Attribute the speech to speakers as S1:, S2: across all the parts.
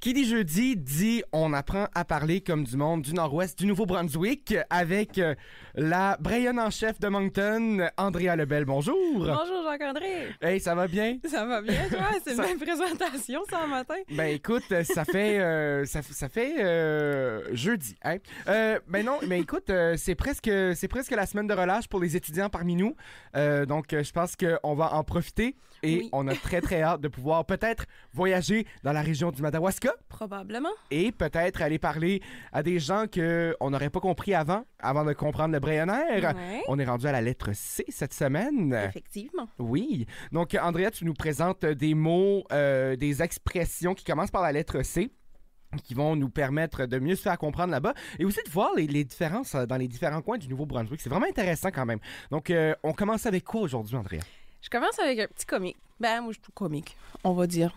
S1: Qui dit jeudi dit on apprend à parler comme du monde du nord-ouest du Nouveau-Brunswick avec euh, la Brayonne en chef de Moncton, Andrea Lebel. Bonjour.
S2: Bonjour Jacques-André.
S1: Hey, ça va bien?
S2: Ça va bien, toi? C'est
S1: Ça-
S2: une belle présentation ce matin.
S1: Ben écoute, euh, ça fait euh, ça, ça fait euh, jeudi. Hein? Euh, ben non, mais écoute, euh, c'est presque c'est presque la semaine de relâche pour les étudiants parmi nous. Euh, donc euh, je pense qu'on va en profiter et
S2: Oui.
S1: on a très très hâte de pouvoir peut-être voyager dans la région du Madawaska
S2: Probablement.
S1: et peut-être aller parler à des gens que on n'aurait pas compris avant, avant de comprendre le Brayonnaire.
S2: Ouais,
S1: On est rendu à la lettre C cette semaine.
S2: Effectivement.
S1: Oui. Donc, Andrea, tu nous présentes des mots, euh, des expressions qui commencent par la lettre C qui vont nous permettre de mieux se faire comprendre là-bas et aussi de voir les, les différences euh, dans les différents coins du Nouveau-Brunswick. C'est vraiment intéressant quand même. Donc, euh, on commence avec quoi aujourd'hui, Andrea?
S2: Je commence avec un petit comique. Ben, moi, je suis tout comique, on va dire.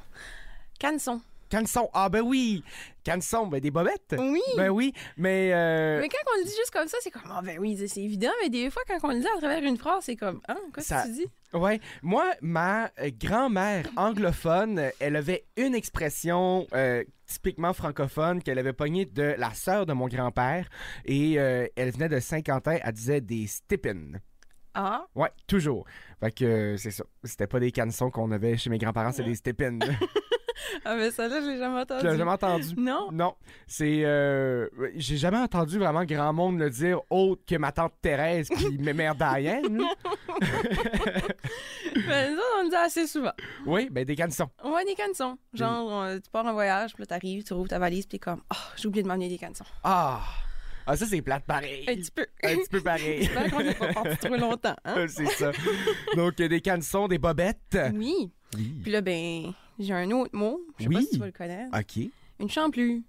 S2: Canson.
S1: Canson. Ah ben oui! Canson, ben des bobettes.
S2: Oui.
S1: Ben oui, mais... euh,
S2: Mais quand on le dit juste comme ça, c'est comme, ah ben oui, c'est évident, mais des fois, quand on le dit à travers une phrase, c'est comme, hein, qu'est-ce
S1: Ça-
S2: que tu dis?
S1: Ouais, moi, ma euh, grand-mère anglophone, euh, elle avait une expression euh, typiquement francophone qu'elle avait pognée de la sœur de mon grand-père et euh, elle venait de Saint-Quentin, elle disait des stippins.
S2: Ah,
S1: Ouais, toujours. Fait que euh, c'est ça. C'était pas des cançons qu'on avait chez mes grands-parents, c'est des stippins.
S2: ah ben ça, là, je l'ai jamais entendu.
S1: Je l'ai jamais entendu.
S2: Non.
S1: Non, c'est euh, j'ai jamais entendu vraiment grand monde le dire autre que ma tante Thérèse qui mère Diane. là.
S2: Mais nous autres, on le dit assez souvent.
S1: Oui, ben des cançons.
S2: On a des cançons. Genre, on- tu pars en voyage, puis là, t'arrives, tu rouvres ta valise, puis t'es comme, ah, j'ai oublié de m'emmener des cançons.
S1: Ah, ah ça c'est plate pareil.
S2: Un petit peu.
S1: Un petit peu pareil.
S2: J'espère qu'on n'est pas parti trop longtemps, hein?
S1: Euh, c'est ça. Donc, euh, des cançons, des bobettes.
S2: Oui. Puis là, ben, j'ai un autre mot. Je sais
S1: Oui. Ah.
S2: pas si tu vas le connaître.
S1: OK.
S2: Une champlue.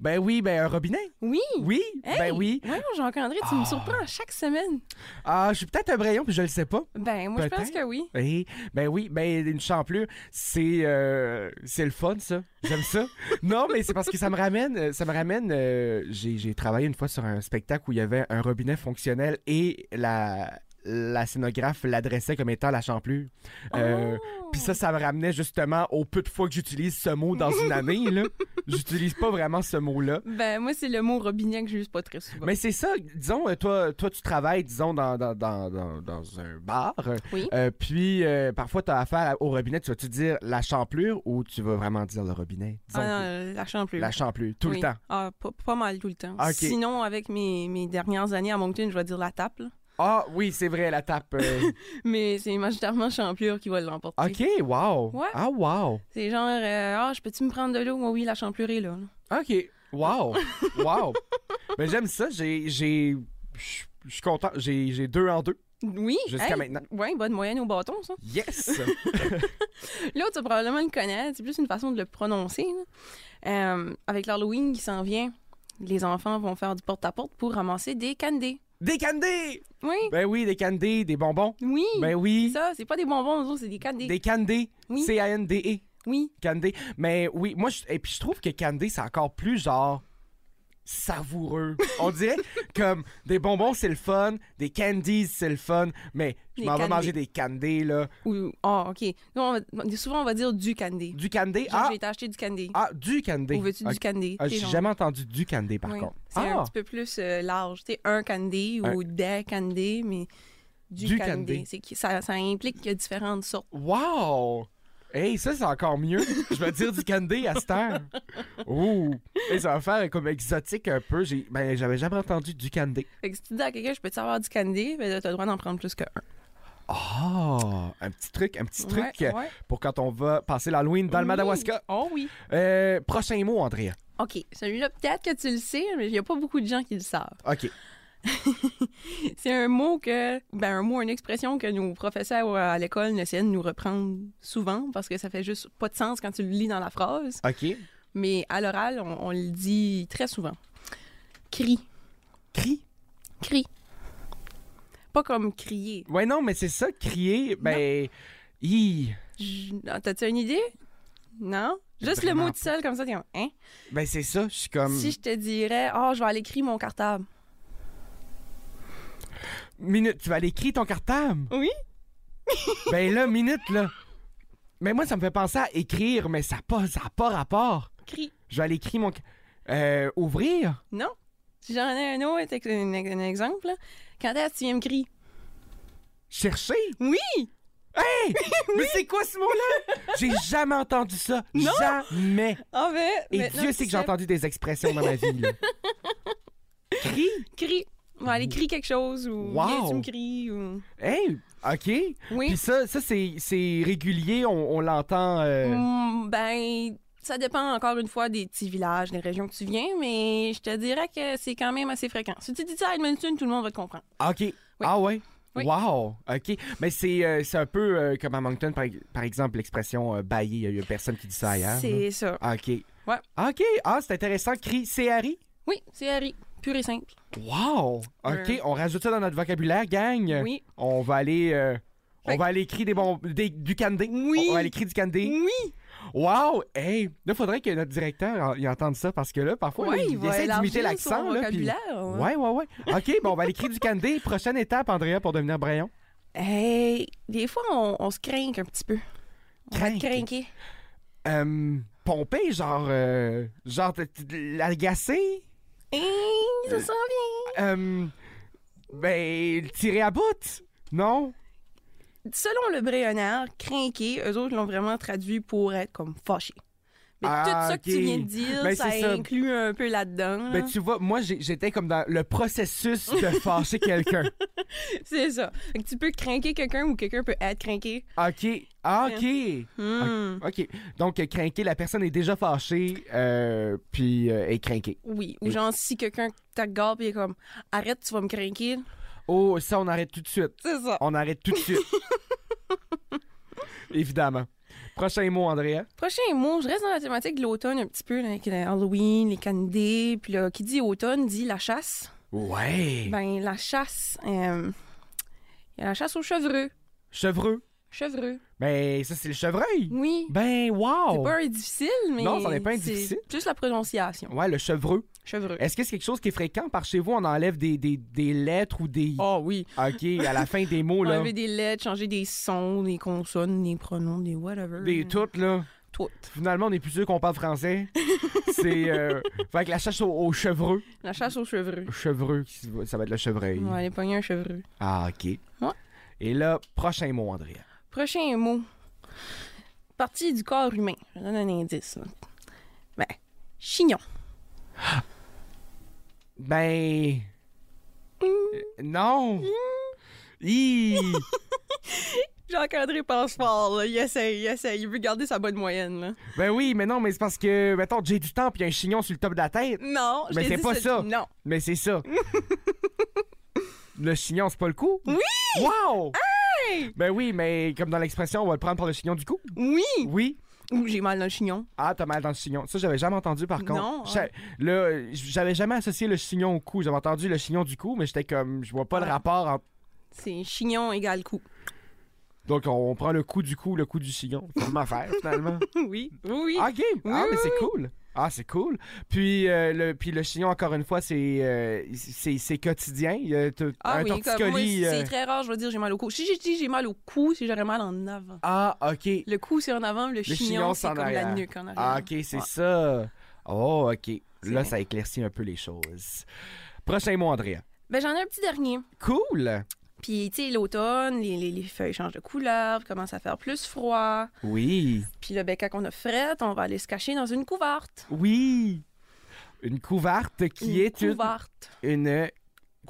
S1: Ben oui, ben un robinet.
S2: Oui.
S1: Oui, Ah.
S2: Hey!
S1: ben oui.
S2: Voyons, Jean-André, tu me surprends chaque semaine.
S1: Ah, je suis peut-être un braillon, puis je le sais pas.
S2: Ben, moi, je pense
S1: Peut-être.
S2: que oui.
S1: Eh, ben oui, ben une champlure, c'est euh, c'est le fun ça. J'aime ça. non, mais c'est parce que ça me ramène, euh, ça me ramène. euh, j'ai j'ai travaillé une fois sur un spectacle où il y avait un robinet fonctionnel et la la scénographe l'adressait comme étant la champlure. Euh,
S2: Oh!
S1: Puis ça, ça me ramenait justement au peu de fois que j'utilise ce mot dans une année. Là, j'utilise pas vraiment ce mot-là.
S2: Ben, moi, c'est le mot robinet que j'use pas très souvent.
S1: Mais c'est ça, disons, euh, toi, toi, tu travailles, disons, dans, dans, dans, dans, dans un bar.
S2: Oui.
S1: Euh, puis, euh, parfois, tu as affaire au robinet. Tu vas-tu dire la champlure ou tu vas vraiment dire le robinet? Disons
S2: Ah non,
S1: que-
S2: euh, la champlure.
S1: la champlure, tout
S2: Oui.
S1: le temps.
S2: Ah, pas, pas mal tout le temps.
S1: Ah, ok.
S2: Sinon, avec mes, mes dernières années à Moncton, je vais dire la tape. là.
S1: Ah oui, c'est vrai, la tape. euh,
S2: Mais c'est majoritairement champlure qui va l'emporter.
S1: OK, wow.
S2: Ouais.
S1: Ah, wow.
S2: C'est genre, euh, ah, je peux-tu me prendre de l'eau? Moi, oui, la champlure est là. là.
S1: OK, wow. wow. Mais j'aime ça. J'ai... j'ai- Je je suis content. J'ai j'ai deux en deux.
S2: Oui.
S1: Jusqu'à maintenant.
S2: Oui, bonne moyenne au bâton, ça.
S1: Yes!
S2: L'autre, tu vas probablement le connaître. C'est plus une façon de le prononcer. là. Euh, avec l'Halloween qui s'en vient, les enfants vont faire du porte-à-porte pour ramasser des candies.
S1: des candies!
S2: Oui,
S1: Ben oui, des candies, des bonbons.
S2: oui.
S1: Ben oui.
S2: Ça, c'est pas des bonbons, nous autres, c'est des candies.
S1: Des candies.
S2: Oui.
S1: C-A-N-D-E.
S2: Oui.
S1: Candé. E, Mais oui, moi, je, et puis je trouve que Candé, c'est encore plus genre savoureux. On dirait comme des bonbons, c'est le fun, des candies, c'est le fun, mais je
S2: Des
S1: m'en vais
S2: candies.
S1: manger des candés, là.
S2: Ou, ah, OK. Nous, on va- souvent, on va dire du candy.
S1: Du candé,
S2: Genre,
S1: ah,
S2: j'ai été acheter du candy.
S1: ah, du candé.
S2: Ou veux-tu
S1: Ok.
S2: du candy?
S1: Ah,
S2: T'es
S1: J'ai
S2: genre-
S1: jamais entendu du candé, par
S2: Oui.
S1: contre.
S2: C'est
S1: Ah,
S2: un petit peu plus euh, large. Tu sais, un candy ou des candy, mais du,
S1: Du
S2: candy.
S1: candy.
S2: C'est qui- ça, ça implique qu'il y a différentes sortes.
S1: wow! Hey, ça, c'est encore mieux. je vais dire du candé à cette heure. Ouh! Et ça va faire comme exotique un peu. J'ai- Ben, j'avais jamais entendu du candé.
S2: Fait que si tu dis à quelqu'un, je peux-tu avoir du candy, ben là, t'as le droit d'en prendre plus qu'un.
S1: Ah! Un petit truc, un petit
S2: Ouais,
S1: truc.
S2: ouais.
S1: pour quand on va passer l'Halloween dans le
S2: Oui.
S1: Madawaska.
S2: Oh oui.
S1: Euh, prochain mot, Andrea.
S2: OK, celui-là, peut-être que tu le sais, mais il n'y a pas beaucoup de gens qui le savent.
S1: OK.
S2: C'est un mot que, ben un mot, une expression que nos professeurs euh, à l'école essaient de nous reprendre souvent parce que ça fait juste pas de sens quand tu le lis dans la phrase.
S1: OK.
S2: Mais à l'oral, on, on le dit très souvent. Cri,
S1: Cri.
S2: cri. Pas comme crier.
S1: Ouais, non, mais c'est ça, crier. Ben. hi.
S2: Je- non, ah, T'as-tu une idée? Non? Juste le
S1: Vraiment
S2: mot tout seul, comme ça, t'es comme, hein?
S1: Ben, c'est ça, je suis comme.
S2: Si je te dirais, oh, je vais aller crier mon cartable.
S1: Minute, tu vas aller crier ton cartable?
S2: Oui?
S1: ben là, minute, là. Mais moi, ça me fait penser à écrire, mais ça n'a pas, ça a pas rapport.
S2: cri.
S1: Je vais aller crier mon... ca- Euh, ouvrir?
S2: Non. Si j'en ai un autre, ex- un, un exemple, là. quand est-ce que tu viens me crier?
S1: Chercher?
S2: Oui!
S1: Hey! Mais c'est quoi ce mot-là? J'ai jamais entendu ça.
S2: Non!
S1: Jamais.
S2: Ah ben,
S1: Et
S2: maintenant
S1: Dieu
S2: tu
S1: sait que
S2: sais.
S1: j'ai entendu des expressions dans ma vie. Là. Cri?
S2: Crie. On va aller crier quelque chose ou
S1: Wow.
S2: viens, tu me cries ou...
S1: Hey! OK.
S2: Oui.
S1: Puis ça, ça c'est, c'est régulier, on, on l'entend. euh,
S2: Mm, ben, ça dépend encore une fois des petits villages, des régions que tu viens, mais je te dirais que c'est quand même assez fréquent. Si tu dis ça à Edmonton, tout le monde va te comprendre.
S1: OK. Ah ouais?
S2: Oui.
S1: Wow! OK. Mais c'est, euh, c'est un peu euh, comme à Moncton, par, par exemple, l'expression euh, bailler. Il y a eu personne qui dit ça ailleurs. là.
S2: c'est ça.
S1: Ah, OK.
S2: Ouais.
S1: Ah, OK. Ah, c'est intéressant. Cri, c'est Harry?
S2: Oui, c'est Harry. Pur et simple.
S1: Wow! OK,
S2: Ouais.
S1: on rajoute ça dans notre vocabulaire, gang.
S2: Euh. Oui.
S1: On va aller... euh,
S2: Fait
S1: on va aller écrire des bons, des- du candy.
S2: Oui.
S1: On va aller écrire du candy.
S2: Oui.
S1: Wow! Hey! Là, faudrait que notre directeur en- il entende ça parce que là, parfois,
S2: Ouais,
S1: il,
S2: il va
S1: essaie d'imiter
S2: élargir
S1: l'accent.
S2: son
S1: là, puis-
S2: vocabulaire. hein.
S1: Ouais, ouais, ouais. OK, bon, on va aller écrire du candy. Prochaine étape, Andrea, pour devenir Brayon.
S2: Hey, des fois, on, on se craint un petit peu. On va te
S1: Crinque.
S2: craquer.
S1: Euh, Pompée, genre. euh, genre, t- t- l'agacé?
S2: Hein, ça s'en vient.
S1: Euh, ben, le tirer à bout? Non?
S2: Selon le Bréonard, craquer, eux autres l'ont vraiment traduit pour être comme fâché. Mais
S1: Ah,
S2: tout ça que
S1: ok.
S2: tu viens de dire,
S1: Ben,
S2: ça
S1: c'est ça.
S2: inclut un peu là-dedans. là.
S1: Ben, tu vois, moi, j'ai- j'étais comme dans le processus de fâcher quelqu'un.
S2: C'est ça. Fait que tu peux craquer quelqu'un ou quelqu'un peut être craqué.
S1: OK. Ah, OK.
S2: Hmm.
S1: OK. Donc, euh, craquer, la personne est déjà fâchée, euh, puis euh, est craquée.
S2: Oui. Ou
S1: Et-
S2: genre, si quelqu'un te regarde et est comme arrête, tu vas me craquer.
S1: Oh, ça, on arrête tout de suite.
S2: C'est ça.
S1: On arrête tout de suite. Évidemment. Prochain mot, Andrea.
S2: Prochain mot, je reste dans la thématique de l'automne un petit peu, là, avec le Halloween, les canidés. Puis là, qui dit automne dit la chasse.
S1: Ouais.
S2: Ben, la chasse. euh, Il y a la chasse aux chevreux.
S1: Chevreux.
S2: Chevreux.
S1: Ben, ça, c'est le chevreuil.
S2: Oui.
S1: Ben, wow.
S2: C'est pas un difficile, mais.
S1: Non, ça n'est pas un
S2: c'est
S1: difficile.
S2: Juste la prononciation.
S1: Ouais, le chevreux.
S2: Chevreux.
S1: Est-ce que c'est quelque chose qui est fréquent par chez vous? On enlève des, des, des lettres ou des...
S2: Oh oui.
S1: OK, à la fin des mots, Oh là.
S2: Enlever des lettres, changer des sons, des consonnes, des pronoms, des whatever.
S1: Des toutes, là.
S2: Tout.
S1: Finalement, on est plus sûr qu'on parle français. c'est... Euh... Fait que la chasse au, au chevreux.
S2: La chasse aux chevreux.
S1: Chevreux, qui va- ça va être le chevreuil.
S2: On va aller pogner un chevreux.
S1: Ah, OK.
S2: Ouais.
S1: Et là, prochain mot, Andrea.
S2: Prochain mot. Partie du corps humain. Je donne un indice. là. Ben, chignon.
S1: Ben... Euh, Non! Hi!
S2: Jean-Cadré pense fort, là. Il essaye, il essaye. Il veut garder sa bonne moyenne, là.
S1: ben oui, mais non, mais c'est parce que, mettons, j'ai du temps puis il y a un chignon sur le top de la tête.
S2: Non, je
S1: Mais
S2: t'ai
S1: c'est
S2: dit
S1: pas ça.
S2: Non.
S1: Mais c'est ça. le chignon, c'est pas le coup? Oui! Wow! Ben oui, mais comme dans l'expression, on va le prendre par le chignon du cou.
S2: Oui!
S1: Oui.
S2: Ouh, j'ai mal dans le chignon.
S1: Ah, t'as mal dans le chignon. Ça, j'avais jamais entendu par contre.
S2: Non,
S1: J'a-
S2: hein.
S1: là, euh, j'avais jamais associé le chignon au cou. J'avais entendu le chignon du cou, mais j'étais comme, je vois pas le
S2: Ouais.
S1: rapport entre.
S2: C'est chignon égale coup.
S1: Donc, on, on prend le coup du cou, le coup du chignon. Comment faire finalement?
S2: oui. Oui.
S1: Ah, OK. ah,
S2: Oui,
S1: mais c'est cool. Ah, c'est cool. Puis, euh, le, puis le chignon, encore une fois, c'est, euh, c'est, c'est quotidien. Il y a t-
S2: Ah
S1: un
S2: oui, comme-
S1: torticolis.
S2: moi, c'est
S1: euh,
S2: très rare, je vais dire j'ai mal au cou. Si j'ai dit j'ai mal au cou, c'est j'aurais mal en avant.
S1: Ah, OK.
S2: Le cou, c'est en avant, le,
S1: chignon,
S2: chignon,
S1: c'est
S2: c'est
S1: en
S2: comme la
S1: arrière.
S2: nuque en arrière.
S1: Ah, OK, c'est
S2: Euh, Ouais.
S1: ça. Oh, OK. Là,
S2: vrai.
S1: ça éclaircit un peu les choses. Prochain mot, Andrea.
S2: Ben, j'en ai un petit dernier.
S1: Cool.
S2: Puis, tu sais, l'automne, les, les- les feuilles changent de couleur, commence à faire plus froid.
S1: Oui.
S2: Puis, le bec qu'on a frette, on va aller se cacher dans une couverte.
S1: Oui. Une couverte qui
S2: Une
S1: est une-
S2: couverte.
S1: une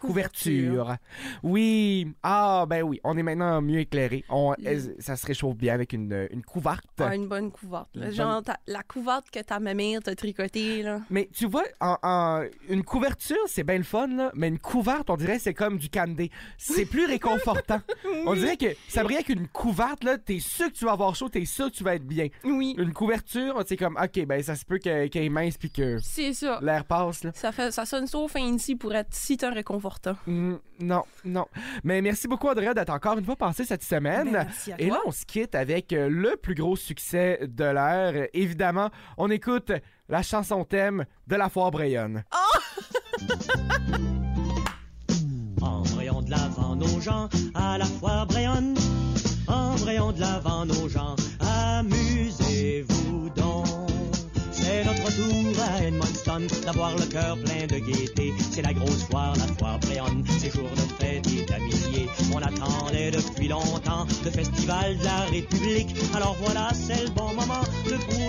S1: couverture. Oui. Ah, ben oui. On est maintenant mieux éclairé. On...
S2: Oui.
S1: Ça se réchauffe bien avec une, une couverte.
S2: Ah, une bonne couverte. là.
S1: Une
S2: Genre, ta- la couverte que ta mère t'a tricotée, là.
S1: Mais tu vois, en, en- une couverture, c'est bien le fun, là, mais une couverte, on dirait, c'est comme du candy. C'est plus réconfortant. On dirait que ça brille qu'une couverte, là, t'es sûr que tu vas avoir chaud, t'es sûr que tu vas être bien.
S2: Oui,
S1: Une couverture, c'est comme, ok, ben ça se peut que- qu'elle est mince puis que
S2: c'est ça.
S1: l'air passe, là.
S2: Ça, fait, ça sonne sauf fancy pour être si t'es réconfortant.
S1: Mm, non, non. Mais merci beaucoup, Andrea, d'être encore une fois passé cette semaine.
S2: Ben, merci à
S1: Et
S2: toi.
S1: là, on se quitte avec euh, le plus gros succès de l'heure. Euh, Évidemment, on écoute la chanson thème de la foire Brayonne.
S3: Embrayons de l'avant nos gens, à la fois brayonne. Embrayons de l'avant nos gens, amusez-vous donc. C'est notre tour à Edmonton, d'avoir le cœur plein de gaieté. C'est la grosse foire, la foire préonne, ces jours de fête et d'amitié. On attendait depuis longtemps le festival de la République. Alors voilà, c'est le bon moment de prouver